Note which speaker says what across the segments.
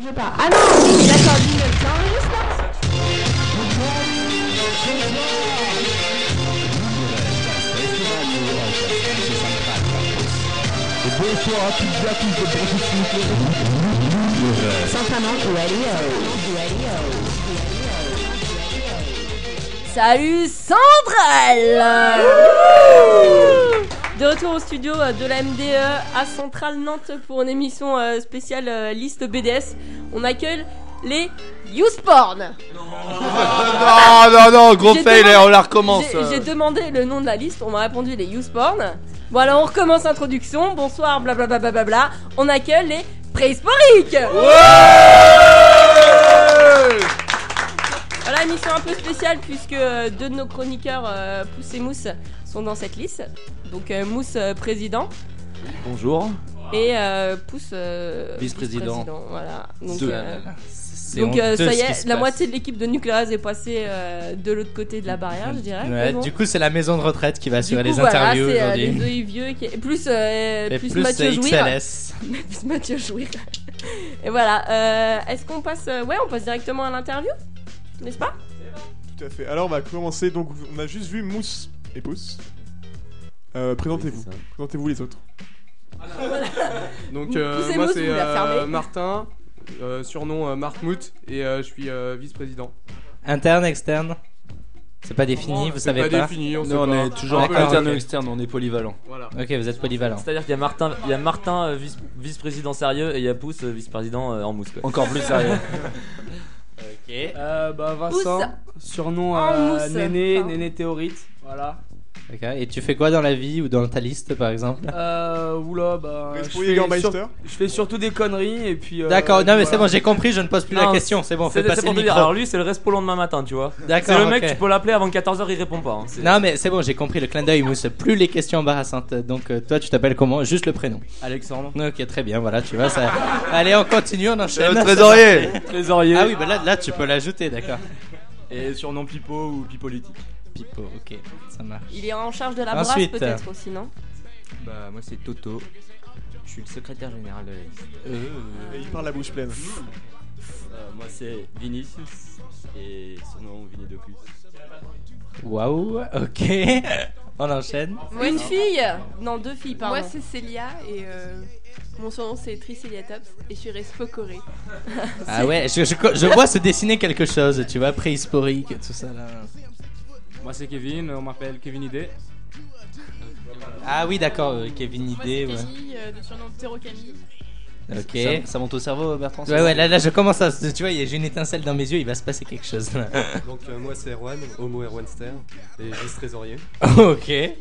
Speaker 1: je sais pas. Ah non, oui, d'accord, 19. Ça enregistre là
Speaker 2: Bonsoir à toutes et à tous, je
Speaker 1: Simplement, radio.
Speaker 3: Salut Centrale De retour au studio euh, de la MDE à Centrale Nantes pour une émission euh, spéciale euh, liste BDS. On accueille les Youth Porn.
Speaker 4: Non, Ah, non, non, gros
Speaker 3: J'ai
Speaker 4: fail,
Speaker 3: demandé-
Speaker 4: on la recommence.
Speaker 3: J'ai j'ai
Speaker 5: euh.
Speaker 3: demandé le nom de la liste, on m'a répondu les Youth Porn. Bon alors on recommence l'introduction, bonsoir, blablabla. Bla bla bla bla. On accueille les préhistoriques Voilà, une émission un peu spéciale puisque euh, deux de nos chroniqueurs, euh, Pouce et Mousse, sont dans cette liste. Donc euh, Mousse, euh, président,
Speaker 5: Bonjour.
Speaker 3: et euh, Pouce, euh,
Speaker 5: Vice-président.
Speaker 3: vice-président, Voilà. Donc,
Speaker 5: De-
Speaker 3: euh,
Speaker 5: C'est
Speaker 3: donc, euh,
Speaker 5: honteux
Speaker 3: ça y
Speaker 5: ce qui
Speaker 3: est,
Speaker 5: se
Speaker 3: la
Speaker 5: passe.
Speaker 3: moitié de l'équipe de Nucleaz est passée euh, de l'autre côté de la barrière, je dirais.
Speaker 5: Ouais,
Speaker 3: Mais bon.
Speaker 5: Du coup, c'est la maison de retraite qui va
Speaker 3: Du
Speaker 5: assurer
Speaker 3: coup,
Speaker 5: les
Speaker 3: voilà,
Speaker 5: interviews
Speaker 3: c'est, euh, les
Speaker 5: aujourd'hui.
Speaker 3: deux vieux qui- plus, euh,
Speaker 5: Et
Speaker 3: plus,
Speaker 5: plus
Speaker 3: Mathieu
Speaker 5: c'est
Speaker 3: Jouir.
Speaker 5: XLS.
Speaker 3: plus Mathieu Jouir. Et voilà. euh, Est-ce qu'on passe euh, Ouais, on passe directement à l'interview, n'est-ce pas
Speaker 6: Tout à fait. Alors on va commencer. Donc on a juste vu Mousse et Pousse. Euh, présentez-vous. Présentez-vous les autres.
Speaker 7: Donc euh,
Speaker 3: Poussez-moi si
Speaker 7: moi c'est
Speaker 3: vous voulez
Speaker 7: euh,
Speaker 3: fermer.
Speaker 7: Martin, euh, surnom euh, Martmout et euh, je suis euh, vice-président.
Speaker 5: Interne, externe C'est pas défini, vous
Speaker 7: C'est
Speaker 5: savez
Speaker 7: pas
Speaker 5: pas.
Speaker 7: défini, on sait
Speaker 8: Non, on
Speaker 7: pas.
Speaker 8: est toujours
Speaker 7: Ah, d'accord,
Speaker 8: interne ou
Speaker 5: ok.
Speaker 8: externe, on est polyvalent.
Speaker 7: Voilà.
Speaker 5: Ok, vous êtes polyvalent.
Speaker 9: C'est-à-dire qu'il y a Martin, il y a Martin euh, vice- vice-président sérieux et il y a Pouce euh, vice-président euh, en mousse. quoi.
Speaker 8: Encore plus sérieux.
Speaker 10: Euh, bah Vincent,
Speaker 3: Pousse.
Speaker 10: surnom
Speaker 3: En
Speaker 10: euh,
Speaker 3: mousse,
Speaker 10: Néné,
Speaker 3: pardon.
Speaker 10: Néné Théorite, voilà.
Speaker 5: Ok, Et tu fais quoi dans la vie ou dans ta liste par exemple
Speaker 10: Euh, oula, bah. Je
Speaker 6: Restons
Speaker 10: fais, sur-
Speaker 6: Jägermeister.
Speaker 10: je fais surtout des conneries et puis. euh,
Speaker 5: D'accord, non mais c'est
Speaker 10: voilà.
Speaker 5: bon, j'ai compris, je ne pose plus la
Speaker 9: Non,
Speaker 5: question, c'est bon, on
Speaker 9: C'est
Speaker 5: fait
Speaker 9: c'est
Speaker 5: passer
Speaker 9: pour
Speaker 5: le
Speaker 9: te dire,
Speaker 5: micro.
Speaker 9: alors lui c'est le respo le lendemain matin, tu vois. C'est
Speaker 5: D'accord,
Speaker 9: le mec,
Speaker 5: ok.
Speaker 9: tu peux l'appeler avant 14h, il répond pas. hein. C'est-
Speaker 5: Non mais c'est bon, j'ai compris le clin d'œil, Mousse. Plus les questions embarrassantes. Donc euh, toi, tu t'appelles comment Juste le prénom.
Speaker 8: Alexandre.
Speaker 5: Ok, très bien, voilà, tu vois ça. Allez, on continue, on enchaîne.
Speaker 4: le trésorier.
Speaker 8: Trésorier.
Speaker 5: Ah oui, bah là, là tu peux l'ajouter, d'accord.
Speaker 8: Et surnom Pipo ou Pipolitique.
Speaker 5: Pipo, ok, ça marche.
Speaker 3: Il est en charge de la
Speaker 5: Ensuite.
Speaker 3: brasse peut-être aussi, non
Speaker 8: Bah, moi c'est Toto. Je suis le secrétaire général de la liste.
Speaker 6: Et il parle la bouche pleine.
Speaker 8: moi c'est Vinicius. Et surnom Vinidocus.
Speaker 5: Waouh, ok. On enchaîne.
Speaker 3: Une fille Non, deux filles, pardon.
Speaker 11: Moi, c'est Célia et euh, mon surnom c'est Tricélia Tops et je suis Respo Corée.
Speaker 5: Ah ouais, je, je, je vois se dessiner quelque chose, tu vois, préhistorique, tout ça là.
Speaker 10: Moi c'est Kevin, on m'appelle Kevin Idé.
Speaker 5: Ah oui, d'accord, euh, Kevin
Speaker 11: Moi,
Speaker 5: idée,
Speaker 11: c'est
Speaker 5: ouais.
Speaker 11: Camille, euh, de surnom Terro Camille.
Speaker 5: Ok.
Speaker 8: Ça, ça monte au cerveau, Bertrand
Speaker 5: Ouais, ouais, là, là, je commence à. Tu vois, il y a- j'ai une étincelle dans mes yeux, il va se passer quelque chose là.
Speaker 7: Donc
Speaker 8: euh,
Speaker 7: moi c'est Erwan, Homo Erwanster et vice-trésorier.
Speaker 5: ok.
Speaker 8: Et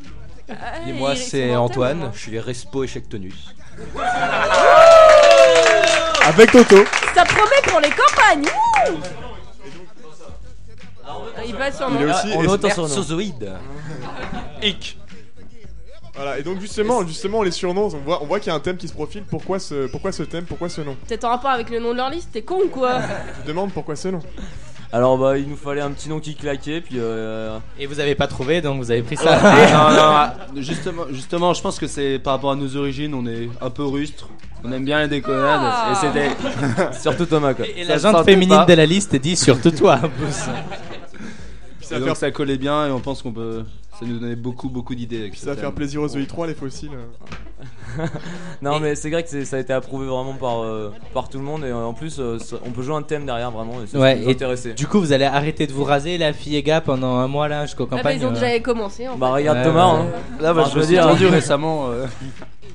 Speaker 8: moi c'est Antoine. Je suis Respo échec tonus.
Speaker 10: Ah.
Speaker 6: Avec Toto.
Speaker 3: Ça promet pour les campagnes wouh Ah, Il passe sur
Speaker 6: Il est
Speaker 3: mon...
Speaker 10: Ah,
Speaker 6: aussi.
Speaker 9: on
Speaker 6: et-
Speaker 9: est autant sur nous.
Speaker 8: Sozoïde.
Speaker 6: voilà. Et donc justement, justement les surnoms. On voit, on voit qu'il y a un thème qui se profile. Pourquoi ce, pourquoi ce thème Pourquoi ce nom
Speaker 3: Peut-être en rapport avec le nom de leur liste, t'es con ou quoi
Speaker 6: Je demande pourquoi ce nom.
Speaker 9: Alors bah il nous fallait un petit nom qui claquait, puis euh,
Speaker 5: Et vous avez pas trouvé, donc vous avez pris ça.
Speaker 8: non, non, ah, justement, justement, je pense que c'est par rapport à nos origines, on est un peu rustre. On aime bien les déconnades.
Speaker 3: Ah.
Speaker 8: Et c'était.
Speaker 9: surtout Thomas quoi.
Speaker 8: Ça
Speaker 5: Et
Speaker 8: se
Speaker 5: l'agente
Speaker 8: sentait
Speaker 5: féminine
Speaker 8: pas.
Speaker 5: de la liste dit surtout toi, Bouss.
Speaker 6: Puis ça
Speaker 8: Et
Speaker 6: va
Speaker 8: donc
Speaker 6: faire,
Speaker 8: ça collait bien et on pense qu'on peut. Ça nous donnait beaucoup, beaucoup d'idées. avec
Speaker 6: puis
Speaker 8: ce
Speaker 6: ça va faire
Speaker 8: thème.
Speaker 6: plaisir aux EI3 les fossiles. euh.
Speaker 9: Non mais c'est vrai que c'est- ça a été approuvé vraiment par, euh, par tout le monde et euh, en plus euh, ça- on peut jouer un thème derrière vraiment et c'est
Speaker 5: Ouais,
Speaker 9: ce qui nous
Speaker 5: et
Speaker 9: intéressait.
Speaker 5: Du coup, vous allez arrêter de vous raser, la fille et gars, pendant un mois là, jusqu'aux
Speaker 3: Ah bah,
Speaker 5: campagnes.
Speaker 3: Ils ont
Speaker 5: euh.
Speaker 3: déjà commencé en
Speaker 9: Bah
Speaker 3: fait.
Speaker 9: regarde
Speaker 5: Ouais,
Speaker 9: Thomas,
Speaker 5: ouais.
Speaker 9: hein. là bah,
Speaker 8: Enfin,
Speaker 9: je veux
Speaker 8: me suis
Speaker 9: dire,
Speaker 8: entendu récemment. euh,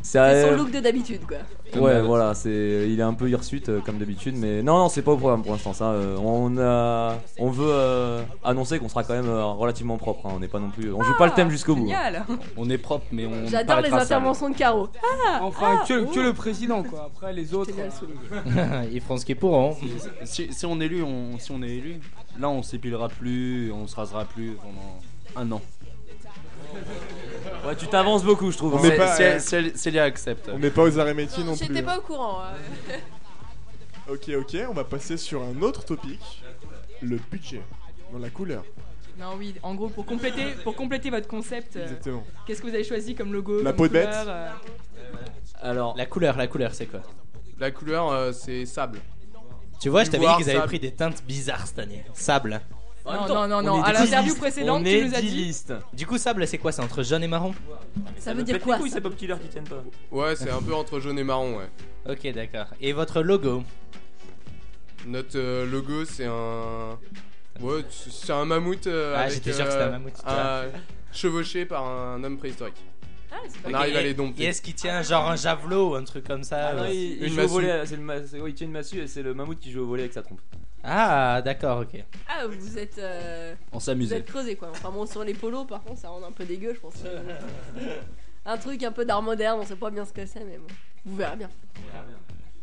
Speaker 9: c'est
Speaker 3: C'est son
Speaker 9: euh,
Speaker 3: look de d'habitude quoi.
Speaker 9: ouais voilà, c'est il est un peu hirsute euh, comme d'habitude, mais non non c'est pas au programme pour l'instant ça. euh, on a, on veut euh, annoncer qu'on sera quand même euh, relativement propre, hein, on n'est pas non plus, on joue pas le
Speaker 12: Ah,
Speaker 9: thème jusqu'au bout. hein.
Speaker 11: Génial.
Speaker 8: on est propre, mais on.
Speaker 3: J'adore les
Speaker 8: paraîtra sale.
Speaker 3: interventions de Caro.
Speaker 11: Ah,
Speaker 10: Enfin, que,
Speaker 3: oh.
Speaker 10: que le président quoi, après les autres.
Speaker 3: C'est bien le souligner.
Speaker 5: euh, Ils feront ce qu'ils pourront.
Speaker 8: Si, si on est élu, on, si on est élu, là on s'épilera plus, on se rasera plus pendant un an.
Speaker 9: hein. Ouais, tu t'avances beaucoup, je trouve.
Speaker 6: On
Speaker 9: hein.
Speaker 6: met
Speaker 8: C'est-
Speaker 6: pas,
Speaker 8: si elle-
Speaker 6: euh,
Speaker 8: si elle- Célia accepte.
Speaker 6: On met pas aux arrêts métiers non plus.
Speaker 11: J'étais
Speaker 6: hein.
Speaker 11: pas au courant. euh.
Speaker 6: Ok, ok. On va passer sur un autre topic. Le budget. Dans la couleur.
Speaker 11: Non, oui, en gros, pour compléter, pour compléter votre concept, euh,
Speaker 6: Exactement.
Speaker 11: qu'est-ce que vous avez choisi comme logo
Speaker 6: La
Speaker 11: comme
Speaker 6: peau de bête.
Speaker 11: couleur, euh,
Speaker 9: Alors,
Speaker 5: La couleur, la couleur, c'est quoi
Speaker 7: La couleur euh, c'est sable.
Speaker 5: Tu vois, je t'avais dit
Speaker 12: Ivoire,
Speaker 5: qu'ils avaient
Speaker 12: sable.
Speaker 5: pris des teintes bizarres cette année. Sable.
Speaker 12: En même Non, temps, non, non, on non, est à dix l'interview listes. précédente,
Speaker 5: On
Speaker 12: tu
Speaker 5: est
Speaker 12: nous as
Speaker 5: dix
Speaker 12: dit-
Speaker 5: listes. Du coup, sable, c'est quoi C'est entre jaune et marron
Speaker 12: Ça veut dire quoi ça
Speaker 9: pop killer qui tiennent pas.
Speaker 7: Ouais, c'est un peu entre jaune et marron, ouais.
Speaker 5: Ok, d'accord. Et votre logo
Speaker 7: Notre euh, logo, c'est un. Ouais, c'est c'est un mammouth. euh,
Speaker 5: Ah,
Speaker 7: avec,
Speaker 5: j'étais sûr que c'était un mammouth, tu vois.
Speaker 7: Chevauché par un homme préhistorique. On
Speaker 5: Ok,
Speaker 7: arrive à
Speaker 5: et-
Speaker 7: les dompter.
Speaker 5: et Est-ce qu'il tient genre un javelot ou un truc comme ça
Speaker 9: Ah non,
Speaker 5: euh,
Speaker 9: il, il joue au volet, c'est le ma- c'est- ouais, il tient une massue et c'est le mammouth qui joue au volet avec sa trompe.
Speaker 5: Ah, d'accord, ok.
Speaker 3: Ah, vous êtes. euh,
Speaker 9: On s'amusait.
Speaker 3: Vous êtes creusé quoi. Enfin, bon, sur les polos, par contre, ça rend un peu dégueu, je pense. un truc un peu d'art moderne, on sait pas bien ce que c'est, mais bon. Vous verrez bien.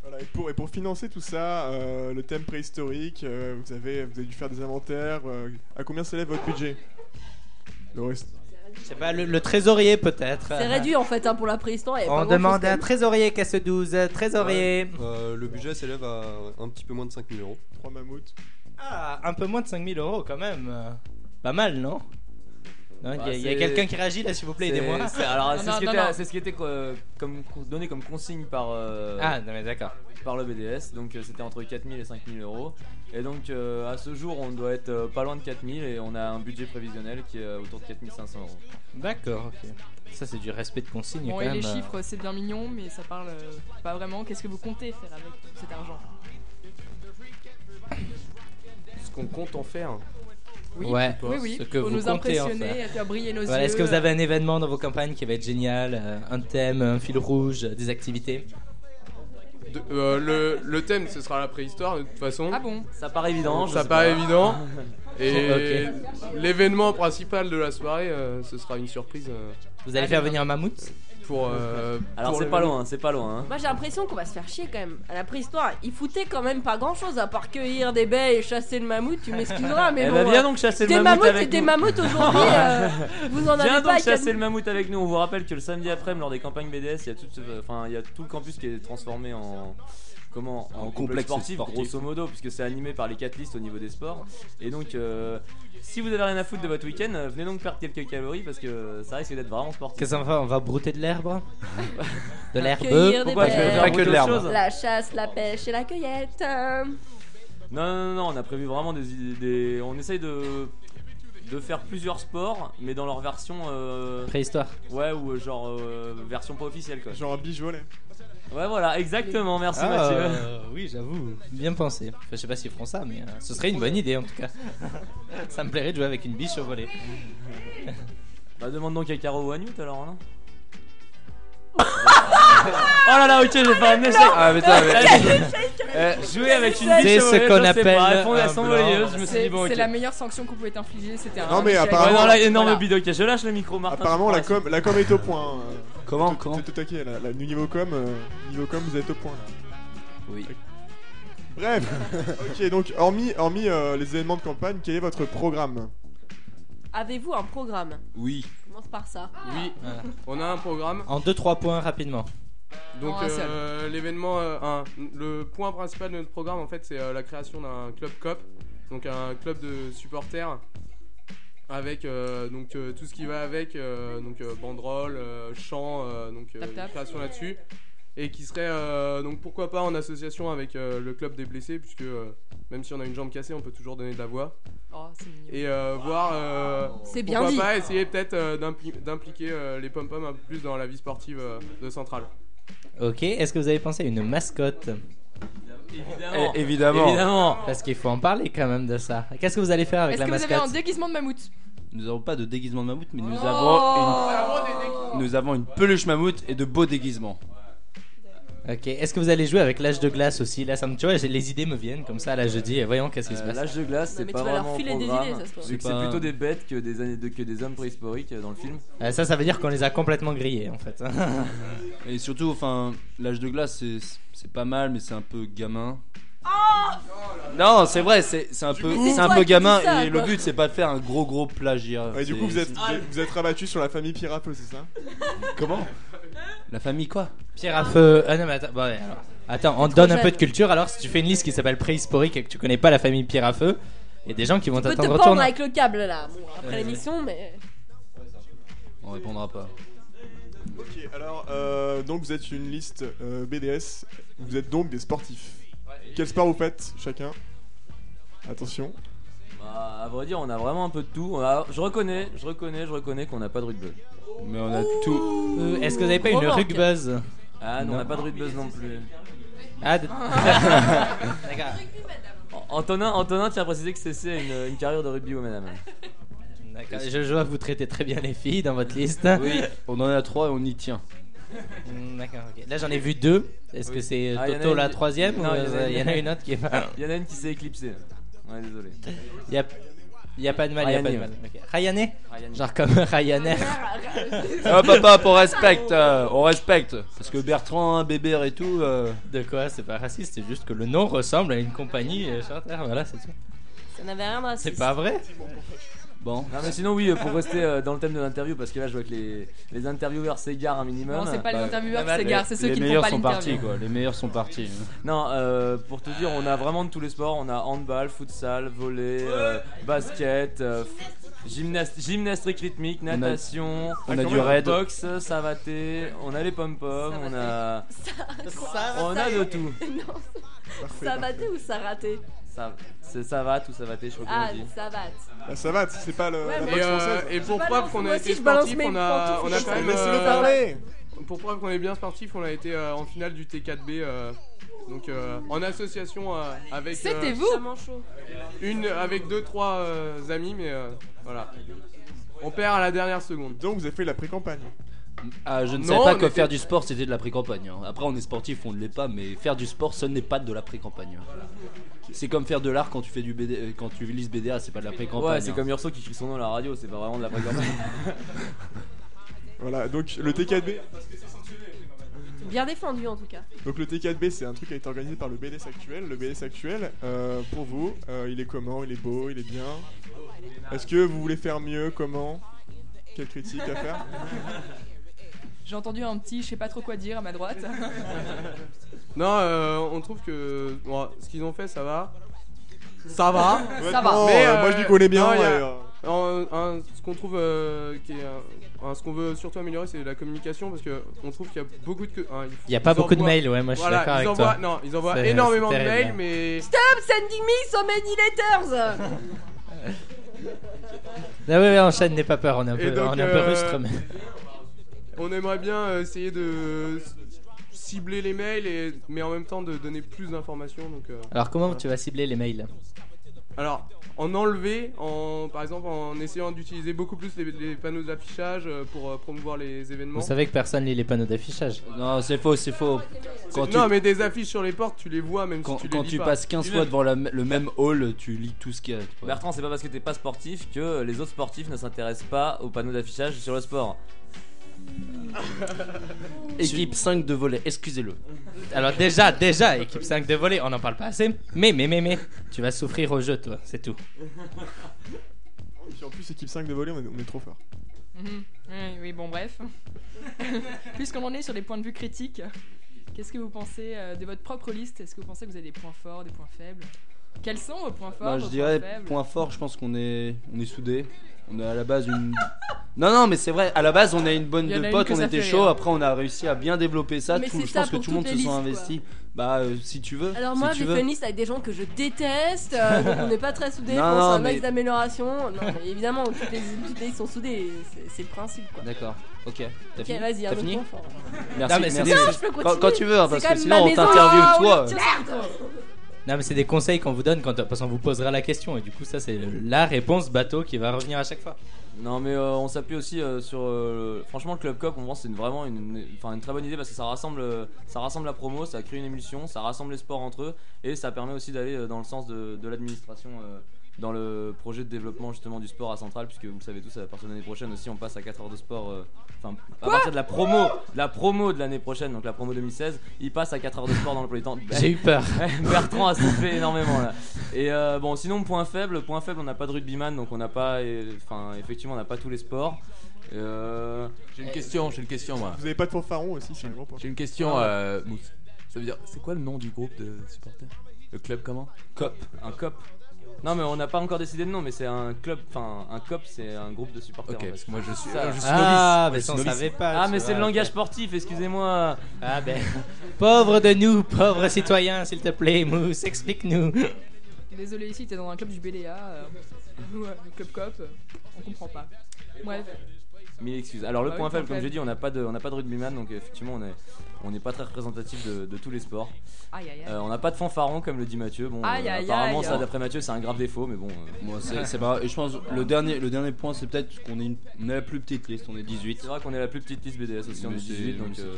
Speaker 6: Voilà, et, pour, et pour financer tout ça, euh, le thème préhistorique, euh, vous, avez, vous avez dû faire des inventaires. euh, à combien s'élève votre budget Le reste.
Speaker 5: Je sais pas, le, le trésorier peut-être.
Speaker 3: C'est réduit en fait hein, pour la préhistoire. il y avait
Speaker 5: On
Speaker 3: pas grand-chose,
Speaker 5: demande
Speaker 3: quand
Speaker 5: à
Speaker 3: même.
Speaker 5: trésorier KS12, trésorier.
Speaker 13: euh, le budget s'élève à un petit peu moins de 5000 euros.
Speaker 6: 3 mammouths.
Speaker 5: Ah, un peu moins de 5000 euros quand même. Euh, Pas mal, non Non, il y a- il y a, quelqu'un qui réagit là, s'il vous plaît,
Speaker 9: C'est-
Speaker 5: aidez-moi.
Speaker 9: c'est- Alors, c'est ce qui
Speaker 5: Non,
Speaker 9: était,
Speaker 5: non, non.
Speaker 9: c'est ce qui était, euh, comme, con- donné comme consigne par. euh,
Speaker 5: Ah, non, mais d'accord.
Speaker 9: Par le BDS, donc euh, c'était entre 4000 et 5000 euros. Et donc euh, à ce jour, on doit être euh, pas loin de 4000 et on a un budget prévisionnel qui est euh, autour de 4500 euros.
Speaker 5: D'accord, ok. Ça, c'est du respect de consigne
Speaker 1: Bon,
Speaker 5: quand
Speaker 1: et
Speaker 5: même. euh,
Speaker 1: les chiffres, c'est bien mignon, mais ça parle euh, pas vraiment. Qu'est-ce que vous comptez faire avec tout cet argent
Speaker 7: Ce qu'on compte en faire.
Speaker 1: Oui,
Speaker 5: Ouais,
Speaker 1: oui, oui.
Speaker 5: ce que
Speaker 1: Faut
Speaker 5: vous
Speaker 1: nous
Speaker 5: comptez en
Speaker 1: impressionner,
Speaker 5: faire.
Speaker 1: faire briller nos
Speaker 5: Voilà, Est-ce que
Speaker 1: yeux.
Speaker 5: vous avez un événement dans vos campagnes qui va être génial euh, Un thème, un fil rouge, euh, des activités
Speaker 7: De- euh, le, le thème, ce sera la préhistoire de toute façon.
Speaker 1: Ah bon
Speaker 9: Ça paraît évident, je
Speaker 7: Ça
Speaker 9: sais
Speaker 7: paraît
Speaker 9: pas.
Speaker 7: évident. Et
Speaker 9: Ok.
Speaker 7: l'événement principal de la soirée, euh, ce sera une surprise. euh,
Speaker 5: Vous allez faire venir un mammouth
Speaker 7: pour. euh,
Speaker 9: Alors
Speaker 7: pour
Speaker 9: c'est
Speaker 7: le-
Speaker 9: pas loin, c'est pas loin. hein.
Speaker 3: Moi j'ai l'impression qu'on va se faire chier quand même. À la préhistoire, ils foutaient quand même pas grand chose à part cueillir des baies et chasser le mammouth, tu m'excuseras, mais
Speaker 9: Eh
Speaker 3: bon.
Speaker 9: bah,
Speaker 3: euh,
Speaker 9: viens donc chasser le
Speaker 3: des
Speaker 9: mammouth
Speaker 3: mammouths
Speaker 9: avec
Speaker 3: et des
Speaker 9: nous.
Speaker 3: mammouths aujourd'hui, euh, vous en avez
Speaker 9: Viens
Speaker 3: pas
Speaker 9: donc
Speaker 3: avec la-
Speaker 9: chasser le mammouth avec nous. On vous rappelle que le samedi après-midi, lors des campagnes BDS, il y a tout, ce- enfin, il y a tout le campus qui est transformé en comment en, complexe
Speaker 8: complexe
Speaker 9: sportif,
Speaker 8: sportif.
Speaker 9: grosso modo, puisque c'est animé par les quatre listes au niveau des sports. Et donc, euh, si vous avez rien à foutre de votre week-end, euh, venez donc perdre quelques calories parce que ça risque d'être vraiment sportif.
Speaker 5: Qu'est-ce qu'on va On va brouter de l'herbe De l'herbe
Speaker 3: Cueillir des
Speaker 9: Pourquoi je vais
Speaker 3: baies,
Speaker 9: faire Pas que de autre l'herbe. chose
Speaker 3: La chasse, la pêche et la cueillette. euh.
Speaker 9: Non, non, non, non, on a prévu vraiment des, idées- des- on essaye de de faire plusieurs sports, mais dans leur version euh,
Speaker 5: Préhistoire.
Speaker 9: Ouais, ou euh, genre euh, version pas officielle quoi.
Speaker 6: Genre un bijou volet.
Speaker 9: Ouais, voilà, exactement. Merci
Speaker 5: Ah,
Speaker 9: Mathieu.
Speaker 5: euh, oui, j'avoue, bien pensé. Enfin, je sais pas s'ils feront ça, mais euh, ce serait une bonne idée en tout cas. ça me plairait de jouer avec une biche au volet.
Speaker 9: Bah demande donc à Caro ou à Newt alors, non Oh là là, ok, j'ai pas amené ça.
Speaker 8: Ah, putain, mais-
Speaker 9: Euh, Jouer avec une
Speaker 1: C'est
Speaker 9: biche
Speaker 1: ce
Speaker 9: au volet,
Speaker 1: qu'on
Speaker 9: je sais
Speaker 1: appelle
Speaker 9: pas, elle fondait à
Speaker 1: un
Speaker 9: son
Speaker 1: blanc.
Speaker 9: voleuse, je me suis
Speaker 1: C'est
Speaker 9: dit bon.
Speaker 1: c'est
Speaker 9: ok.
Speaker 1: la meilleure sanction qu'on pouvait t'infliger, c'était un.
Speaker 6: Non, mais
Speaker 1: échec.
Speaker 6: apparemment-
Speaker 9: Ouais, non, là, énorme
Speaker 1: Voilà.
Speaker 9: bidoc. Je lâche le micro, Martin.
Speaker 6: Apparemment, la com, la com est au point. hein.
Speaker 5: Comment
Speaker 6: Comment T'es au taquet, là. là, Niveau com, euh, niveau com, vous êtes au point. Là.
Speaker 9: Oui.
Speaker 6: Bref. ok, donc hormis, hormis euh, les événements de campagne, quel est votre programme
Speaker 3: Avez-vous un programme
Speaker 6: Oui.
Speaker 3: Commence par ça.
Speaker 7: Oui, on a un programme.
Speaker 5: En 2-3 points rapidement.
Speaker 7: Donc
Speaker 3: En un seul.
Speaker 7: euh, l'événement, euh, un- le point principal de notre programme en fait c'est euh, la création d'un club cop, donc un club de supporters avec euh, donc euh, tout ce qui va avec, euh, donc euh, banderole, euh, chant, euh, donc euh,
Speaker 1: Tap, tap.
Speaker 7: une création là-dessus et qui serait euh, donc pourquoi pas en association avec euh, le club des blessés puisque euh, même si on a une jambe cassée on peut toujours donner de la voix
Speaker 1: Oh, c'est mignon.
Speaker 7: et euh, voir euh,
Speaker 1: C'est bien
Speaker 7: pourquoi
Speaker 1: dit.
Speaker 7: pas essayer peut-être euh, d'impli- d'impliquer euh, les pom pom un peu plus dans la vie sportive euh, de Centrale.
Speaker 5: Ok, est-ce que vous avez pensé à une mascotte
Speaker 9: Oh.
Speaker 7: Évidemment.
Speaker 5: Eh,
Speaker 9: Évidemment. Euh,
Speaker 5: Parce qu'il faut en parler quand même de ça. Qu'est-ce que vous allez faire avec
Speaker 1: Est-ce
Speaker 5: la
Speaker 1: que vous
Speaker 5: mascotte
Speaker 1: avez un déguisement de mammouth
Speaker 8: Nous n'avons pas de déguisement de mammouth, mais nous
Speaker 1: Oh
Speaker 8: avons une... nous avons une peluche mammouth et de beaux déguisements.
Speaker 5: Ok, est-ce que vous allez jouer avec l'âge de glace aussi Là, ça me, tu vois, j'ai- les idées me viennent comme ça. Là, je dis, eh, voyons qu'est-ce qui se
Speaker 9: Euh,
Speaker 5: passe.
Speaker 9: L'âge de glace, c'est
Speaker 3: mais
Speaker 9: pas
Speaker 3: tu vas leur
Speaker 9: vraiment
Speaker 3: filer
Speaker 9: un
Speaker 3: des
Speaker 9: programme,
Speaker 3: idées, ça se trouve.
Speaker 9: vu que
Speaker 5: C'est
Speaker 9: c'est
Speaker 5: pas-
Speaker 9: plutôt des bêtes que des, années- que des hommes préhistoriques euh, dans le film.
Speaker 5: Euh, ça, ça veut dire qu'on les a complètement grillés en fait.
Speaker 8: Et surtout, enfin, l'âge de glace, c'est- c'est pas mal, mais c'est un peu gamin. non, c'est vrai, c'est c'est un peu,
Speaker 6: coup-
Speaker 8: c'est
Speaker 6: C'est
Speaker 8: un
Speaker 6: toi
Speaker 8: peu
Speaker 6: qui dis
Speaker 8: gamin
Speaker 6: ça,
Speaker 8: et le
Speaker 6: quoi.
Speaker 8: but c'est pas de faire un gros gros plagiat.
Speaker 6: Ouais, Du
Speaker 8: Ah, C'est-
Speaker 6: coup, vous êtes,
Speaker 8: c'est-
Speaker 6: vous êtes rabattu sur la famille Pirapeux, c'est ça
Speaker 8: Comment La famille quoi
Speaker 5: Pierre à feu. Ah non, mais attends, bon, ouais, alors. Attends, on te donne un peu de culture. Alors, si tu fais une liste qui s'appelle préhistorique et que tu connais pas la famille Pierre à feu, il y a des gens qui vont
Speaker 3: Tu peux te
Speaker 5: t'attendre au
Speaker 3: pendre
Speaker 5: tournant.
Speaker 3: avec le câble là, bon, après
Speaker 5: Euh,
Speaker 3: l'émission, mais.
Speaker 8: On répondra pas.
Speaker 6: Ok, alors euh, donc vous êtes une liste euh, BDS, vous êtes donc des sportifs. Quel sport vous faites chacun Attention.
Speaker 9: Bah, à vrai dire, on a vraiment un peu de tout. On a- Je reconnais, je reconnais, je reconnais qu'on n'a pas de rugby. Mais on a tout.
Speaker 5: Euh, est-ce que vous avez pas une Remarque. rugbuzz
Speaker 9: Ah non, on
Speaker 5: Non.
Speaker 9: n'a pas de rugby non plus.
Speaker 5: Ah, d-
Speaker 9: An- Antonin, Antonin, tiens à préciser que CC a une, une carrière de rugby madame.
Speaker 5: D'accord, je, je vois que vous traitez très bien les filles dans votre liste.
Speaker 9: Oui,
Speaker 5: on en a trois et on y tient. D'accord, ok. Là j'en ai vu deux. Est-ce que c'est euh,
Speaker 9: Ah, y en a
Speaker 5: Toto
Speaker 9: une-
Speaker 5: la troisième
Speaker 9: Non,
Speaker 5: ou
Speaker 9: y en a
Speaker 5: euh,
Speaker 9: une-
Speaker 5: il y en a une autre qui est pas.
Speaker 9: Il y en a une qui s'est éclipsée. Ouais, désolé.
Speaker 5: Il y a, y a pas de mal, il y a pas de
Speaker 9: Ryanair.
Speaker 5: mal. Ok. Ryanair
Speaker 9: Ryanair.
Speaker 5: Genre comme Ryanair.
Speaker 8: Ah, papa, on respecte, euh, on respecte. Parce que Bertrand, Bébert et tout. euh,
Speaker 5: De quoi C'est pas raciste, c'est juste que le nom ressemble à une compagnie euh, charter. Voilà, c'est tout.
Speaker 12: Ça n'avait rien de raciste.
Speaker 5: C'est pas vrai
Speaker 9: Bon. Non, mais sinon, oui, euh, pour rester euh, dans le thème de l'interview, parce que là, je vois que les, les intervieweurs s'égarent un minimum.
Speaker 1: Non, c'est pas les
Speaker 9: Bah,
Speaker 1: intervieweurs
Speaker 9: bah,
Speaker 1: qui s'égarent, c'est ceux
Speaker 9: les
Speaker 1: qui ne font
Speaker 9: meilleurs
Speaker 1: pas
Speaker 9: sont
Speaker 1: l'interview.
Speaker 9: partis, quoi.
Speaker 8: Les meilleurs sont partis.
Speaker 9: Non, euh, pour te dire, on a vraiment de tous les sports. On a handball, futsal, volley, euh, basket, euh, f- gymnast- gymnastique rythmique,
Speaker 8: a-
Speaker 9: natation.
Speaker 8: on a du raid.
Speaker 9: Boxe, savaté, on a les pom-poms, on a. On a de tout.
Speaker 3: Non, ça battait ou ça ratait
Speaker 9: Ça, c'est savate ou savaté, je crois qu'on
Speaker 3: Ah,
Speaker 9: dit.
Speaker 3: ça batte.
Speaker 6: La savate, Ah, c'est pas le.
Speaker 3: Ouais,
Speaker 6: la
Speaker 3: mais-
Speaker 6: boxe
Speaker 7: Et, euh,
Speaker 6: française.
Speaker 7: et pour
Speaker 3: Je
Speaker 7: preuve
Speaker 3: balance,
Speaker 7: qu'on
Speaker 3: moi
Speaker 7: a
Speaker 3: aussi,
Speaker 7: été
Speaker 3: je balance
Speaker 7: sportif,
Speaker 3: mes
Speaker 7: on a,
Speaker 3: pantoufles.
Speaker 7: on a quand même. euh,
Speaker 3: Laissez-le parler.
Speaker 7: Pour preuve qu'on est bien sportif, on a été euh, en finale du T4B. euh, donc euh, en association euh, avec.
Speaker 1: C'était
Speaker 7: euh,
Speaker 1: vous
Speaker 7: Une avec deux trois euh, amis, mais euh, voilà. On perd à la dernière seconde.
Speaker 6: Donc vous avez fait la pré-campagne.
Speaker 8: Ah, je ne
Speaker 7: Non,
Speaker 8: savais pas
Speaker 7: on
Speaker 8: que
Speaker 7: était-
Speaker 8: faire du sport c'était de la pré-campagne. hein. Après, on est sportif, on ne l'est pas, mais faire du sport ce n'est pas de la pré-campagne. hein. C'est comme faire de l'art quand tu fais du BD, euh, quand tu lis BDA, c'est pas de la pré-campagne.
Speaker 9: Ouais, c'est
Speaker 8: hein.
Speaker 9: comme Urso qui crie son nom à la radio, c'est pas vraiment de la pré-campagne.
Speaker 6: Voilà, donc le T4B.
Speaker 3: Bien défendu en tout cas.
Speaker 6: Donc le T4B, c'est un truc qui a été organisé par le BDS actuel. Le BDS actuel, euh, pour vous, euh, il est comment Il est beau Il est bien Est-ce que vous voulez faire mieux Comment Quelle critique à faire
Speaker 1: J'ai entendu un petit, je sais pas trop quoi dire à ma droite.
Speaker 7: Non, euh, on trouve que bon, ce qu'ils ont fait, ça va. Ça va.
Speaker 1: Ça va.
Speaker 7: Mais,
Speaker 6: euh,
Speaker 1: Non, moi, je les connais bien,
Speaker 7: non, il y a-
Speaker 1: ouais, euh.
Speaker 7: non, un- un- ce qu'on trouve, euh, qui est, un- un- ce qu'on veut surtout améliorer, c'est la communication parce que on trouve qu'il y a beaucoup de. que- hein, il faut-
Speaker 5: Il y a pas
Speaker 7: ils
Speaker 5: beaucoup de
Speaker 7: envoient-
Speaker 5: mails, ouais, moi, je suis
Speaker 7: voilà,
Speaker 5: d'accord
Speaker 7: ils
Speaker 5: avec toi.
Speaker 7: envoient- Non, ils envoient
Speaker 5: C'est-
Speaker 7: énormément de
Speaker 5: c'est terrible, hein.
Speaker 7: mails, mais.
Speaker 3: Stop sending me so many letters
Speaker 5: Ah ouais, ouais, enchaîne, n'aie pas peur, on est un
Speaker 7: Et
Speaker 5: peu,
Speaker 7: donc,
Speaker 5: on est un peu
Speaker 7: euh,
Speaker 5: rustre, mais-
Speaker 7: On aimerait bien euh, essayer de s- cibler les mails, et, mais en même temps de donner plus d'informations. Donc, euh,
Speaker 5: Alors comment
Speaker 7: voilà.
Speaker 5: tu vas cibler les mails
Speaker 7: Alors, en enlever, en, par exemple, en essayant d'utiliser beaucoup plus les, les panneaux d'affichage euh, pour euh, promouvoir les événements.
Speaker 5: Vous savez que personne lit les panneaux d'affichage.
Speaker 8: Non, c'est faux, c'est faux.
Speaker 7: C'est-
Speaker 8: Quand
Speaker 7: non,
Speaker 8: tu-
Speaker 7: mais des affiches sur les portes, tu les vois même
Speaker 8: Quand,
Speaker 7: si tu les
Speaker 8: quand
Speaker 7: lis
Speaker 8: tu
Speaker 7: pas.
Speaker 8: passes 15
Speaker 7: Et
Speaker 8: fois
Speaker 7: même-
Speaker 8: devant la- le même hall, tu lis tout ce qu'il y a.
Speaker 9: Bertrand, c'est pas parce que t'es pas sportif que les autres sportifs ne s'intéressent pas aux panneaux d'affichage sur le sport.
Speaker 8: Équipe 5 de volet, excusez-le.
Speaker 5: Alors déjà, déjà, équipe 5 de volet, on n'en parle pas assez. Mais, mais, mais, mais, tu vas souffrir au jeu, toi, c'est tout.
Speaker 6: Et puis en plus, équipe 5 de volley, on est, on est trop fort.
Speaker 1: Mhm. Oui, oui, bon, bref. Puisqu'on en est sur les points de vue critiques, qu'est-ce que vous pensez euh, de votre propre liste Est-ce que vous pensez que vous avez des points forts, des points faibles Quels sont vos points forts
Speaker 8: Bah,
Speaker 1: vos
Speaker 8: je dirais
Speaker 1: points faibles
Speaker 8: point fort, je pense qu'on est on est soudés. On est à la base une Non non, mais c'est vrai, à la base on a une bonne
Speaker 1: Il y en a
Speaker 8: de
Speaker 1: une
Speaker 8: potes,
Speaker 1: que
Speaker 8: on
Speaker 1: ça
Speaker 8: était
Speaker 1: fait
Speaker 8: chaud,
Speaker 1: rire.
Speaker 8: après on a réussi à bien développer ça,
Speaker 3: Mais
Speaker 8: tout-
Speaker 3: c'est
Speaker 8: je
Speaker 3: ça
Speaker 8: pense que
Speaker 3: pour
Speaker 8: tout le monde
Speaker 3: toutes
Speaker 8: se
Speaker 3: les
Speaker 8: sent
Speaker 3: listes,
Speaker 8: investi. Bah euh, si tu veux.
Speaker 3: Alors
Speaker 8: si
Speaker 3: moi
Speaker 8: tu
Speaker 3: j'ai
Speaker 8: veux.
Speaker 3: fait une liste avec des gens que je déteste, euh, donc on n'est pas très soudés,
Speaker 8: Non,
Speaker 3: je pense
Speaker 8: non,
Speaker 3: à un
Speaker 8: mais-
Speaker 3: max d'amélioration. Non mais évidemment toutes les toutes les listes sont soudées, c'est- c'est le principe quoi.
Speaker 8: D'accord. OK. T'as
Speaker 3: Ok,
Speaker 8: fini
Speaker 3: vas-y, un
Speaker 8: T'as
Speaker 3: autre
Speaker 8: fini
Speaker 3: point fort.
Speaker 8: Merci,
Speaker 5: Non, mais c'est
Speaker 8: merci.
Speaker 5: des-
Speaker 3: Je peux
Speaker 8: Quand-
Speaker 3: continuer
Speaker 8: quand tu veux, hein,
Speaker 3: C'est
Speaker 8: parce
Speaker 3: quand
Speaker 8: que
Speaker 3: même
Speaker 8: sinon,
Speaker 3: ma
Speaker 8: on
Speaker 3: maison.
Speaker 8: t'interviewe,
Speaker 3: Ah,
Speaker 8: toi.
Speaker 3: oui, Merde
Speaker 5: Non, mais c'est des conseils qu'on vous donne quand, parce qu'on vous posera la question. Et du coup, ça, c'est la réponse bateau qui va revenir à chaque fois.
Speaker 9: Non mais euh, on s'appuie aussi euh, sur euh, franchement le club cop on pense que c'est une- vraiment une, une- enfin, une très bonne idée parce que ça rassemble euh, ça rassemble la promo ça crée une émulsion ça rassemble les sports entre eux et ça permet aussi d'aller euh, dans le sens de, de l'administration euh, dans le projet de développement justement du sport à Centrale puisque vous le savez tous à partir de l'année prochaine aussi on passe à 4 heures de sport euh, enfin à partir de la promo de la promo de l'année prochaine donc la promo 2016 il passe à 4 heures de sport dans le temps
Speaker 5: J'ai eu peur.
Speaker 9: Bertrand a soufflé énormément là. Et euh, bon, sinon, point faible, point faible, on n'a pas de rugbyman, donc on n'a pas, euh, enfin, effectivement, on n'a pas tous les sports. Euh,
Speaker 14: J'ai une question, j'ai une question moi.
Speaker 6: Vous avez pas de fanfaron aussi, c'est un gros point.
Speaker 14: J'ai une question, euh, Mousse. Ça veut dire, c'est quoi le nom du groupe de supporters Le club comment
Speaker 9: Cop. Un cop. Non, mais on n'a pas encore décidé de nom, mais c'est un club, enfin un cop, c'est un groupe de supporters.
Speaker 14: Ok,
Speaker 9: en fait.
Speaker 14: parce que moi, je suis-
Speaker 9: Ça.
Speaker 14: je suis
Speaker 5: Ah, novice. mais ça, on savait pas,
Speaker 9: Ah,
Speaker 5: tu
Speaker 9: mais
Speaker 5: vois,
Speaker 9: c'est le
Speaker 5: ok.
Speaker 9: langage sportif, excusez-moi.
Speaker 5: Ah ben, pauvre de nous, pauvre citoyen, s'il te plaît, Mousse, explique-nous.
Speaker 1: Désolé, ici, t'es dans un club du BDA, euh, ou, euh, club cop, euh, on comprend pas. Bref.
Speaker 9: Mille excuses. Alors, le
Speaker 1: Bah oui,
Speaker 9: point faible,
Speaker 1: point
Speaker 9: comme j'ai
Speaker 1: faible.
Speaker 9: dit, on n'a pas de, on n'a pas de rugbyman, donc effectivement, on est, on n'est pas très représentatif de, de tous les sports.
Speaker 1: Aïe, aïe, aïe.
Speaker 9: Euh, on n'a pas de fanfaron, comme le dit Mathieu. Bon,
Speaker 1: Aïe,
Speaker 9: euh,
Speaker 1: aïe,
Speaker 9: apparemment,
Speaker 1: aïe.
Speaker 9: ça, d'après Mathieu, c'est un grave défaut, mais bon. euh,
Speaker 8: Moi, c'est c'est pas. et Je pense le dernier, le dernier point, c'est peut-être qu'on est, une- on est la plus petite liste, on est 18. C'est
Speaker 9: vrai qu'on est la plus petite liste BDS aussi, on est 18, donc, euh,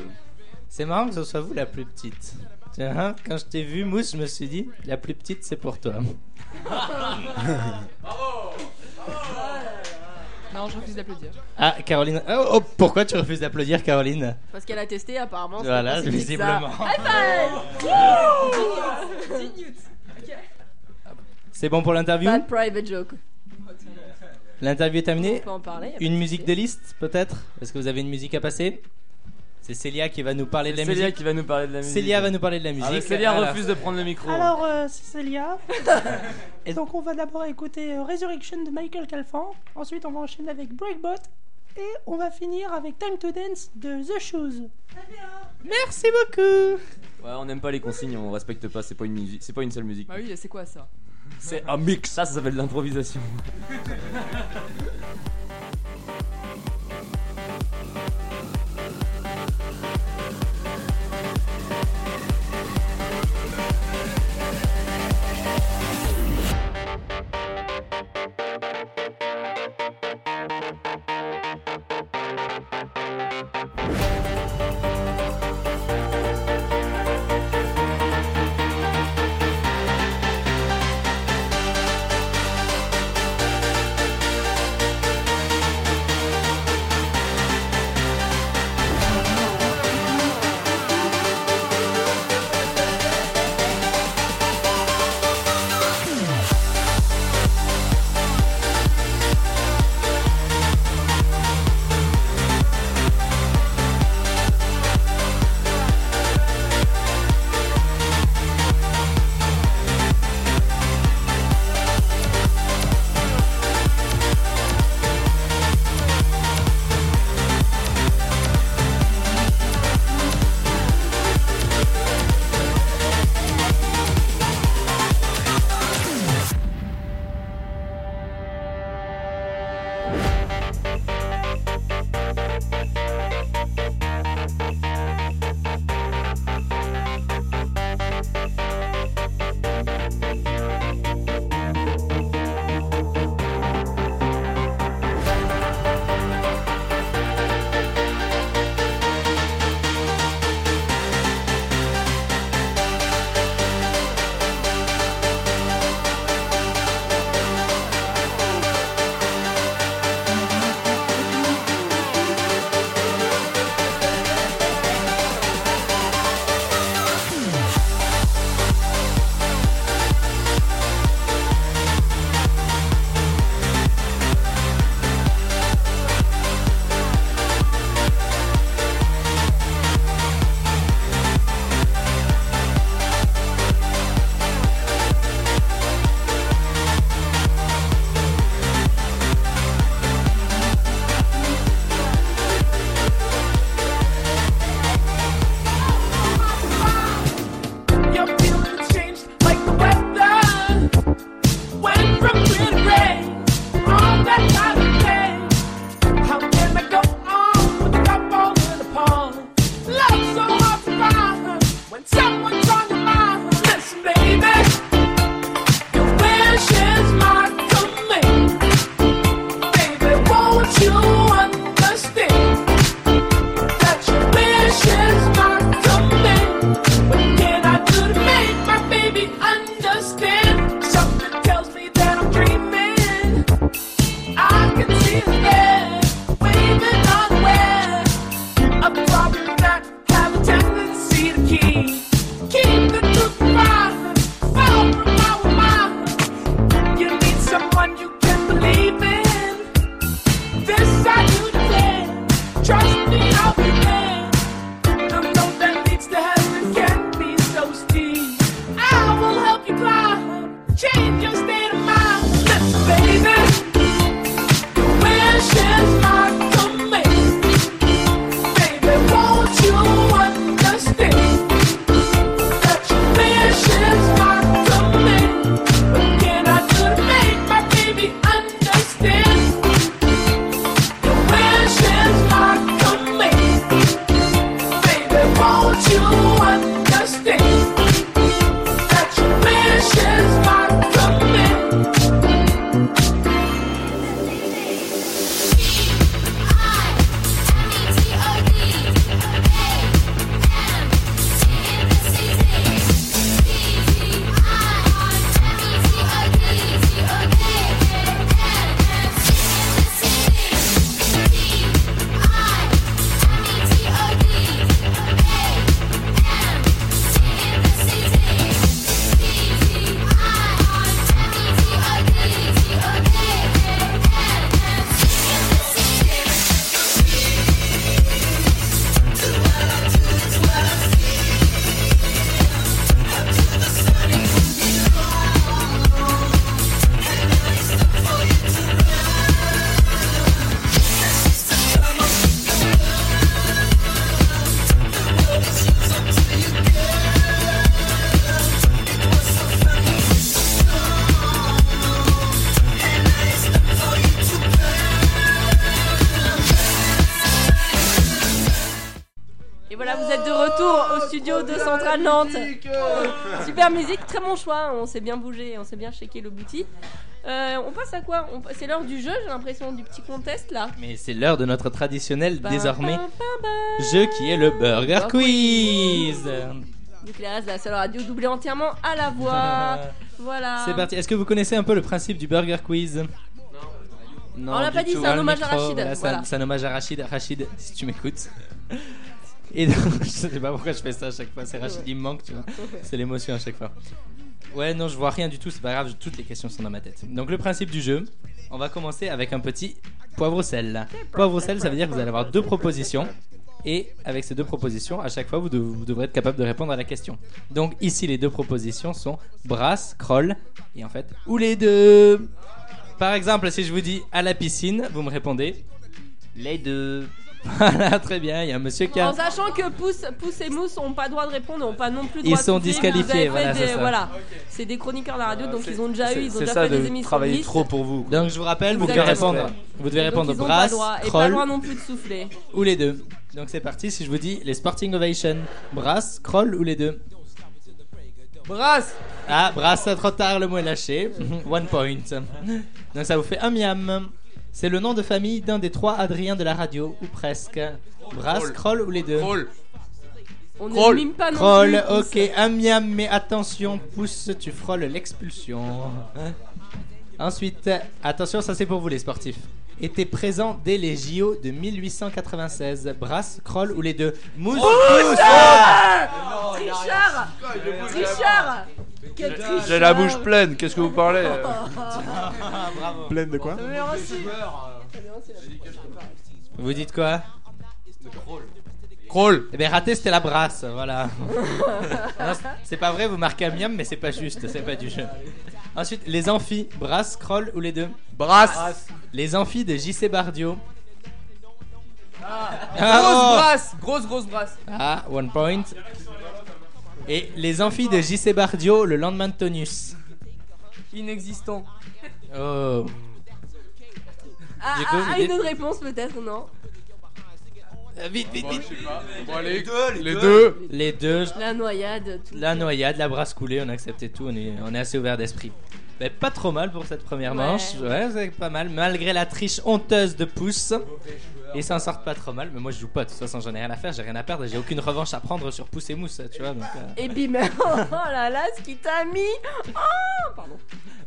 Speaker 5: C'est marrant que ce soit vous la plus petite. Tiens, hein, quand je t'ai vu, Mousse, je me suis dit, la plus petite, c'est pour toi.
Speaker 1: Non, je refuse d'applaudir.
Speaker 5: ah, Caroline. Oh, oh, pourquoi tu refuses d'applaudir, Caroline
Speaker 3: Parce qu'elle a testé apparemment. c'est
Speaker 5: Voilà,
Speaker 3: pas si vite que ça.
Speaker 5: visiblement.
Speaker 3: High five Wouh
Speaker 1: 10 newts. Ok.
Speaker 5: C'est bon pour l'interview
Speaker 3: Pas de private joke.
Speaker 5: L'interview est terminée.
Speaker 3: On peut en parler, y a pas de
Speaker 5: Une
Speaker 3: souci.
Speaker 5: musique de liste, peut-être Est-ce que vous avez une musique à passer C'est Célia qui va nous parler de la
Speaker 9: C'est Célia
Speaker 5: musique.
Speaker 9: qui va nous parler de la musique.
Speaker 5: Célia va nous parler de la musique.
Speaker 9: Ah, mais Célia refuse de prendre le micro.
Speaker 15: Alors, euh, c'est Célia. Et donc, on va d'abord écouter euh, Resurrection de Michael Calfan. Ensuite, on va enchaîner avec Breakbot. Et on va finir avec Time to Dance de The Shoes.
Speaker 5: Merci beaucoup.
Speaker 9: Ouais, on n'aime pas les consignes, on respecte pas, c'est pas une musique, c'est pas une seule musique.
Speaker 1: Bah oui, c'est quoi ça
Speaker 9: C'est un mix. Ça, ça s'appelle de l'improvisation.
Speaker 16: Thank
Speaker 3: à Nantes. Super musique, très bon choix. hein. On s'est bien bougé, on s'est bien checké le bouti. Euh, on passe à quoi On pa- C'est l'heure du jeu, j'ai l'impression, du petit contest là. Bah,
Speaker 5: Mais c'est l'heure de notre traditionnel
Speaker 3: Ba,
Speaker 5: désormais
Speaker 3: ba,
Speaker 5: jeu qui est le Bah. Burger
Speaker 3: Burger
Speaker 5: Quiz.
Speaker 3: Donc la la seule radio doublée entièrement à la voix. voilà.
Speaker 5: C'est parti. Est-ce que vous connaissez un peu le principe du Burger Quiz Non.
Speaker 3: On l'a
Speaker 5: du
Speaker 3: pas dit,
Speaker 5: tout.
Speaker 3: c'est un
Speaker 5: Ah, le
Speaker 3: hommage à
Speaker 5: micro,
Speaker 3: Rachid,
Speaker 5: voilà, c'est un-
Speaker 3: voilà.
Speaker 5: C'est un hommage à Rachid. Rachid, si tu m'écoutes. Et donc, je sais pas pourquoi je fais ça à chaque fois. C'est Rachid, il me manque, tu vois. C'est l'émotion à chaque fois. Ouais, non, je vois rien du tout, c'est pas grave, toutes les questions sont dans ma tête. Donc, le principe du jeu, on va commencer avec un petit poivre au sel. Poivre au sel, ça veut dire que vous allez avoir deux propositions. Et avec ces deux propositions, à chaque fois, vous, de- vous devrez être capable de répondre à la question. Donc, ici, les deux propositions sont brasse, crawl, et en fait, ou les deux. Par exemple, si je vous dis à la piscine, vous me répondez les deux. Voilà, très bien, il y a un monsieur qui a.
Speaker 3: En sachant que Pouce, Pouce et Mousse n'ont pas droit de répondre, n'ont pas non plus
Speaker 5: Ils
Speaker 3: droit de
Speaker 5: sont
Speaker 3: souffler,
Speaker 5: disqualifiés,
Speaker 3: vous avez fait
Speaker 5: voilà, c'est
Speaker 3: des-
Speaker 5: ça.
Speaker 3: voilà. C'est des chroniqueurs de la radio, donc ils ont déjà eu, ils ont déjà fait des émissions.
Speaker 8: Ah,
Speaker 3: de liste.
Speaker 5: pour vous. Donc je vous rappelle, vous devez
Speaker 3: Exactement.
Speaker 5: répondre. Vous devez
Speaker 3: Et donc,
Speaker 5: répondre
Speaker 3: ils ont pas
Speaker 5: brasse,
Speaker 3: droit, et pas
Speaker 5: crawl
Speaker 3: loin non plus de souffler.
Speaker 5: ou les deux. Donc c'est parti. Si je vous dis les Sporting Ovation, brasse, crawl ou les deux.
Speaker 7: Brasse
Speaker 5: Ah, brasse, trop tard, le mot est lâché. One point. Donc ça vous fait un miam. C'est le nom de famille d'un des trois Adriens de la radio, ou presque. Brasse,
Speaker 7: Crawl.
Speaker 5: crawl ou les deux. Crawl.
Speaker 3: On
Speaker 5: Crawl.
Speaker 3: ne mime pas non plus.
Speaker 5: Crawl,
Speaker 3: Pouce.
Speaker 5: ok, un miam, mais attention, pousse, tu frôles l'expulsion. Hein Ensuite, attention, ça c'est pour vous les sportifs. Était présent dès les JO de 1896. Brasse, crawl ou les deux. Mousse, pousse
Speaker 3: Trichard Trichard Quel tricheur
Speaker 8: J'ai la bouche pleine, qu'est-ce que vous parlez euh
Speaker 6: Pleine de quoi
Speaker 3: Mais aussi.
Speaker 5: Vous dites quoi Crawl. Eh bien, raté, c'était la brasse, voilà. Non, c'est- c'est pas vrai, vous marquez un miam, mais c'est pas juste, c'est pas du jeu. Ensuite, les amphis, brasse, crawl ou les deux Brasse. Les amphis de JC Bardio. Ah,
Speaker 7: Grosse
Speaker 5: oh.
Speaker 7: brasse Grosse grosse brasse
Speaker 5: Ah, one point. Et les amphis de JC Bardio le lendemain de Tonus.
Speaker 7: Inexistant.
Speaker 5: Oh.
Speaker 3: Ah,
Speaker 5: Du coup,
Speaker 3: ah,
Speaker 5: vous
Speaker 3: une
Speaker 5: dites-
Speaker 3: autre réponse peut-être, non
Speaker 5: Vite, vite, vite.
Speaker 7: Bon, allez,
Speaker 5: Les deux. Les deux.
Speaker 3: La noyade, tout.
Speaker 5: La noyade, la brasse coulée, on a accepté tout, on est, on est assez ouvert d'esprit. Mais pas trop mal pour cette première
Speaker 3: Ouais.
Speaker 5: manche, ouais, c'est pas mal, malgré la triche honteuse de Pouce. Ils s'en sortent pas trop mal, mais moi je joue pas, de toute façon j'en ai rien à faire, j'ai rien à perdre, j'ai aucune revanche à prendre sur Pouce et Mousse, tu vois. donc, euh.
Speaker 3: Et bim Oh là là, ce qui t'a mis Oh Pardon.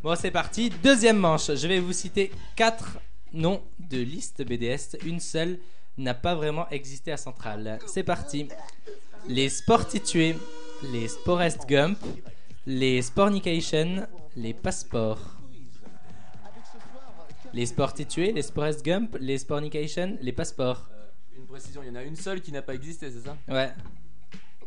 Speaker 5: Bon, c'est parti. Deuxième manche. Je vais vous citer quatre noms de liste BDS. Une seule n'a pas vraiment existé à Centrale. C'est parti. Les Sportitués, les Sporest Gump, les Spornication, les Passports. Les Sportitués, les Sporest Gump, les Spornication, les Passports.
Speaker 9: Une précision, il y en a une seule qui n'a pas existé, c'est ça
Speaker 5: Ouais.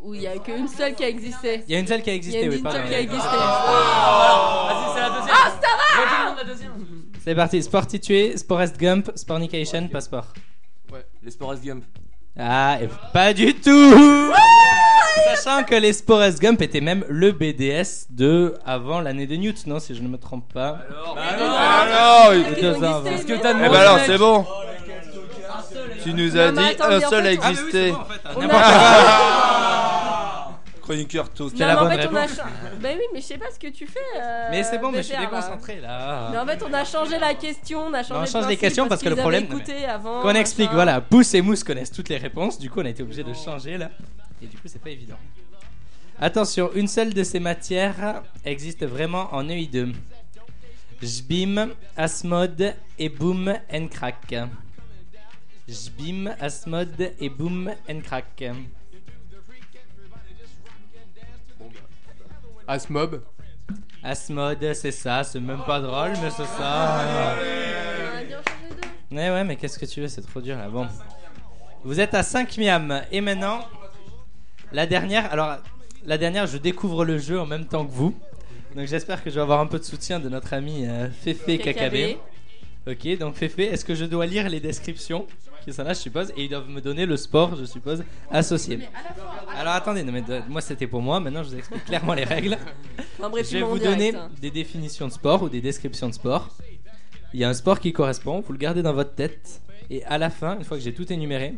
Speaker 3: Où il y a qu'une seule qui a existé.
Speaker 5: Il y a une seule qui a
Speaker 3: Il y
Speaker 5: existé,
Speaker 3: a
Speaker 5: oui,
Speaker 3: une
Speaker 5: pardon.
Speaker 3: seule qui a existé.
Speaker 9: Ah, alors, vas-y, c'est la deuxième.
Speaker 3: Ah, ça va
Speaker 9: la deuxième
Speaker 5: C'est parti. Sportitués, Sporest Gump, Spornication, Passport.
Speaker 9: Ouais, les Sports Gump.
Speaker 5: Ah, et pas du tout Sachant que les Spores Gump étaient même le BDS de avant l'année de Newt, non si je ne me trompe pas.
Speaker 8: Alors,
Speaker 5: Ou
Speaker 8: il-
Speaker 5: deux ans avant.
Speaker 8: Est-ce que t'as demandé, Eh ben alors, mec c'est bon. Tu nous as
Speaker 5: Non, mais
Speaker 8: dit
Speaker 5: attendez,
Speaker 8: un
Speaker 5: en
Speaker 8: seul
Speaker 5: fait,
Speaker 8: a
Speaker 5: on- Ah, mais oui, c'est
Speaker 8: existé.
Speaker 5: bon, en fait,
Speaker 3: On
Speaker 8: Chroniqueur toast.
Speaker 3: Non, mais en fait, on a cha- Ben oui, mais je sais pas ce que tu fais. euh,
Speaker 5: Mais c'est bon, mais je suis
Speaker 3: Bébert, là.
Speaker 5: déconcentré, là.
Speaker 3: Mais en fait, on a changé la question, on a changé.
Speaker 5: on
Speaker 3: le
Speaker 5: change les
Speaker 3: principe
Speaker 5: questions parce que
Speaker 3: qu'ils
Speaker 5: le problème.
Speaker 3: avaient écouté avant,
Speaker 5: Qu'on explique,
Speaker 3: machin.
Speaker 5: voilà. Pouce et Mousse connaissent toutes les réponses, du coup on a été obligé de changer là. Et du coup c'est pas évident. Attention, une seule de ces matières existe vraiment en EI2. Jbim, Asmod et Boom and Crack. Jbim, Asmod et Boom and Crack.
Speaker 7: Asmob.
Speaker 5: Asmod, c'est ça, c'est même pas drôle, mais c'est ça. Eh Ouais, ouais, mais qu'est-ce que tu veux, c'est trop dur là. Bon. Vous êtes à 5 miam. Et maintenant, la dernière. Alors, la dernière, je découvre le jeu en même temps que vous. Donc, j'espère que je vais avoir un peu de soutien de notre ami euh, Féfé
Speaker 3: Kakabé.
Speaker 5: Kakabé. Ok, donc Féfé, est-ce que je dois lire les descriptions qui sont là, je suppose, et ils doivent me donner le sport, je suppose, associé. Alors attendez, non, mais de- moi c'était pour moi, maintenant je vous explique clairement les règles.
Speaker 3: Un bref
Speaker 5: je vais
Speaker 3: humour en
Speaker 5: vous
Speaker 3: direct,
Speaker 5: donner
Speaker 3: hein.
Speaker 5: des définitions de sport ou des descriptions de sport. Il y a un sport qui correspond, vous le gardez dans votre tête, et à la fin, une fois que j'ai tout énuméré,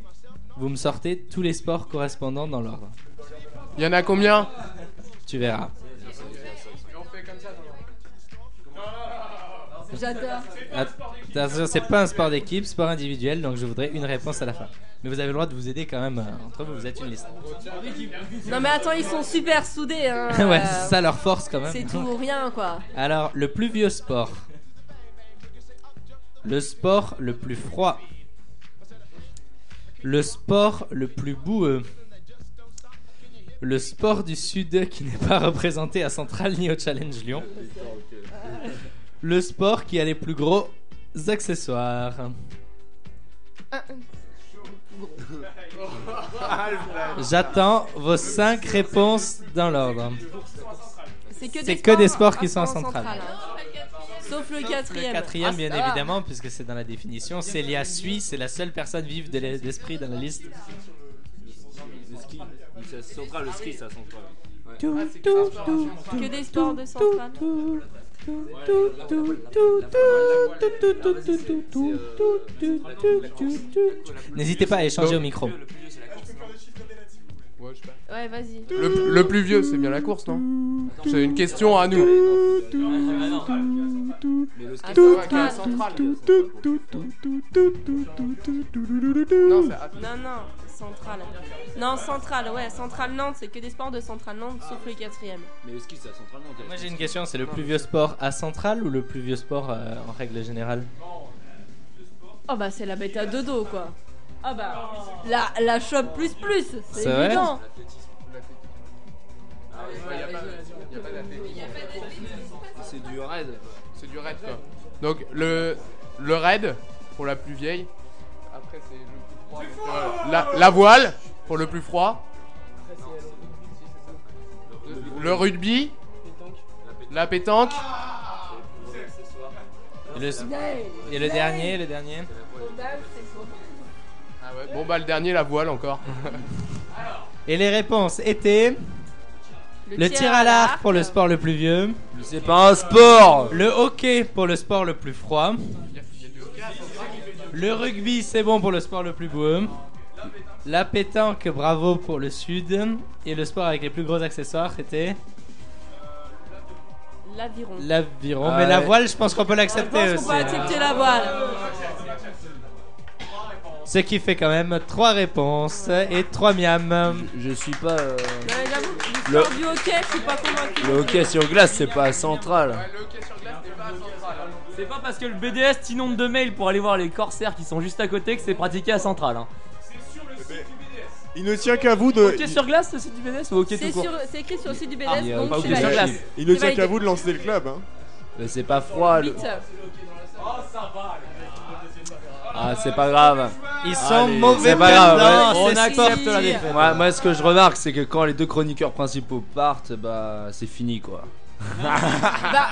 Speaker 5: vous me sortez tous les sports correspondants dans l'ordre.
Speaker 7: Il y en a combien
Speaker 5: Tu verras.
Speaker 3: J'adore.
Speaker 5: Attention, c'est pas un sport d'équipe, sport individuel, donc je voudrais une réponse à la fin. Mais vous avez le droit de vous aider quand même euh, entre vous, vous êtes une liste.
Speaker 3: Non mais attends, ils sont super soudés. Hein.
Speaker 5: ouais,
Speaker 3: euh,
Speaker 5: c'est ça leur force quand même.
Speaker 3: C'est tout ou rien quoi.
Speaker 5: Alors, le plus vieux sport. Le sport le plus froid. Le sport le plus boueux. Le sport du Sud qui n'est pas représenté à Centrale ni au Challenge Lyon. Le sport qui a les plus gros accessoires. J'attends vos 5 réponses dans l'ordre.
Speaker 3: C'est que,
Speaker 5: C'est que des sports qui sont en centrale.
Speaker 3: hein. Sauf le quatrième.
Speaker 5: Le
Speaker 3: Ah,
Speaker 5: quatrième,
Speaker 3: ça
Speaker 5: bien
Speaker 3: va.
Speaker 5: évidemment, puisque c'est dans la définition. Célia Sui, c'est la seule personne vive de l'e- d'esprit dans la liste.
Speaker 8: Le ski. Ça se sautera, le ski, ça se sautera. Ouais.
Speaker 15: Tout,
Speaker 8: Ah, c'est
Speaker 15: tout,
Speaker 8: grave, ça,
Speaker 15: tout,
Speaker 8: ça, ça.
Speaker 15: tout,
Speaker 3: Que des sports de
Speaker 15: tout,
Speaker 3: centrale.
Speaker 15: tout, tout, tout, tout, tout, tout, tout, tout,
Speaker 8: Ah,
Speaker 15: tout,
Speaker 8: euh,
Speaker 15: tout, tout, tout, tout, tout, tout, tout.
Speaker 5: N'hésitez pas à échanger au micro.
Speaker 3: Ouais, vas-y.
Speaker 7: Le, le plus vieux, c'est bien la course, non C'est une question à nous.
Speaker 3: Ah, Non, non, centrale. Non, centrale, ouais, centrale Nantes, c'est que des sports de centrale Nantes, sauf le quatrième.
Speaker 8: Mais le ski, c'est à Centrale Nantes.
Speaker 5: Moi j'ai une question, c'est le plus vieux sport à Centrale ou le plus vieux sport euh, en règle générale
Speaker 3: Oh bah, c'est la bête à deux dos, quoi. Ah bah, la, la chope plus plus, c'est
Speaker 5: C'est vrai
Speaker 3: évident.
Speaker 8: C'est du raid.
Speaker 7: C'est du raid, quoi. Donc, le, le raid, pour la plus vieille. Après, c'est le plus froid. donc, euh, la, la voile, pour le plus froid. Le rugby. La pétanque.
Speaker 5: Et le, et le dernier, le dernier
Speaker 7: Bon, bah, le dernier, la voile encore.
Speaker 5: Et les réponses étaient. Le tir à l'arc pour le sport le plus vieux. C'est pas un sport Le hockey pour le sport le plus froid. Le rugby, c'est bon pour le sport le plus boueux. La pétanque, bravo pour le sud. Et le sport avec les plus gros accessoires était
Speaker 3: L'aviron.
Speaker 5: l'aviron.
Speaker 8: Ah
Speaker 5: Mais la
Speaker 8: ouais.
Speaker 5: voile, je pense qu'on peut
Speaker 3: Je
Speaker 5: l'accepter
Speaker 3: pense
Speaker 5: aussi.
Speaker 3: qu'on peut accepter la voile.
Speaker 5: Ce qui fait quand même 3 réponses et 3 miams.
Speaker 8: Je, suis pas.
Speaker 3: Ouais, j'avoue, l'histoire
Speaker 8: Le-
Speaker 3: du hockey, je suis pas convaincu.
Speaker 8: Le hockey sur glace, c'est pas à Centrale.
Speaker 9: C'est pas parce que le BDS t'inonde de mails pour aller voir les corsaires qui sont juste à côté que c'est pratiqué à Centrale. Hein.
Speaker 6: Il ne tient qu'à vous de.
Speaker 9: Hockey sur glace, c'est du BDS ou hockey tout
Speaker 3: C'est
Speaker 9: court
Speaker 3: sur- c'est écrit sur le site du BDS,
Speaker 9: Ah, il y a
Speaker 3: donc
Speaker 9: pas
Speaker 3: c'est
Speaker 9: hockey sur
Speaker 3: validé.
Speaker 9: glace.
Speaker 6: Il ne
Speaker 3: C'est
Speaker 6: tient
Speaker 3: validé.
Speaker 6: qu'à vous de lancer le club. Hein.
Speaker 8: Mais c'est pas froid. Le...
Speaker 3: Vite.
Speaker 8: Ah, c'est pas grave. Allez,
Speaker 5: Ils sont mauvais
Speaker 8: c'est pas
Speaker 5: perdants,
Speaker 8: grave,
Speaker 5: c'est
Speaker 8: ouais. On accepte
Speaker 5: si.
Speaker 8: la défaite. Moi, moi, ce que je remarque, c'est que quand les deux chroniqueurs principaux partent, bah, c'est fini quoi.
Speaker 3: Bah,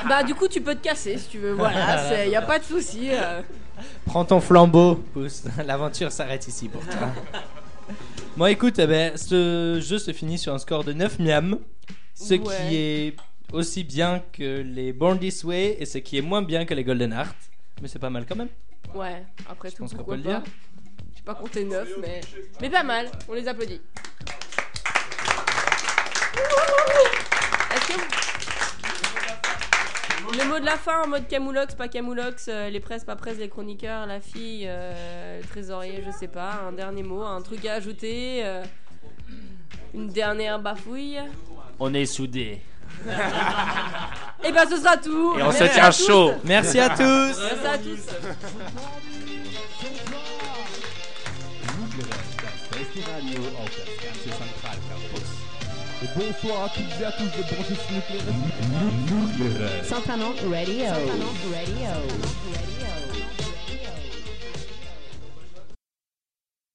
Speaker 3: bah, du coup, tu peux te casser si tu veux. Voilà, il y a pas de souci. euh.
Speaker 5: Prends ton flambeau, pousse. L'aventure s'arrête ici pour toi. bon, écoute, eh ben, ce jeu se finit sur un score de 9 miams. Ce
Speaker 3: Ouais.
Speaker 5: qui est aussi bien que les Born This Way et ce qui est moins bien que les Golden Heart. Mais c'est pas mal quand même.
Speaker 3: Ouais, après tout,
Speaker 5: pense qu'on
Speaker 3: pourquoi
Speaker 5: peut le
Speaker 3: pas.
Speaker 5: dire.
Speaker 3: J'ai pas compté 9, mais... mais pas mal. On les applaudit. Est-ce que vous- Le mot de la fin en mode camoulox, pas camoulox, euh, les presses, pas presses, les chroniqueurs, la fille, euh, le trésorier, je sais pas, un dernier mot, un truc à ajouter, euh, une dernière bafouille.
Speaker 5: On est soudés.
Speaker 3: Et ben ce sera tout.
Speaker 5: Et on se
Speaker 3: Merci
Speaker 5: tient
Speaker 3: à tous.
Speaker 5: chaud. Merci à tous.
Speaker 3: Merci à tous.
Speaker 2: Bonsoir à toutes et à tous de brancher sur le clair.
Speaker 16: Santanon Radio. Santanon Radio.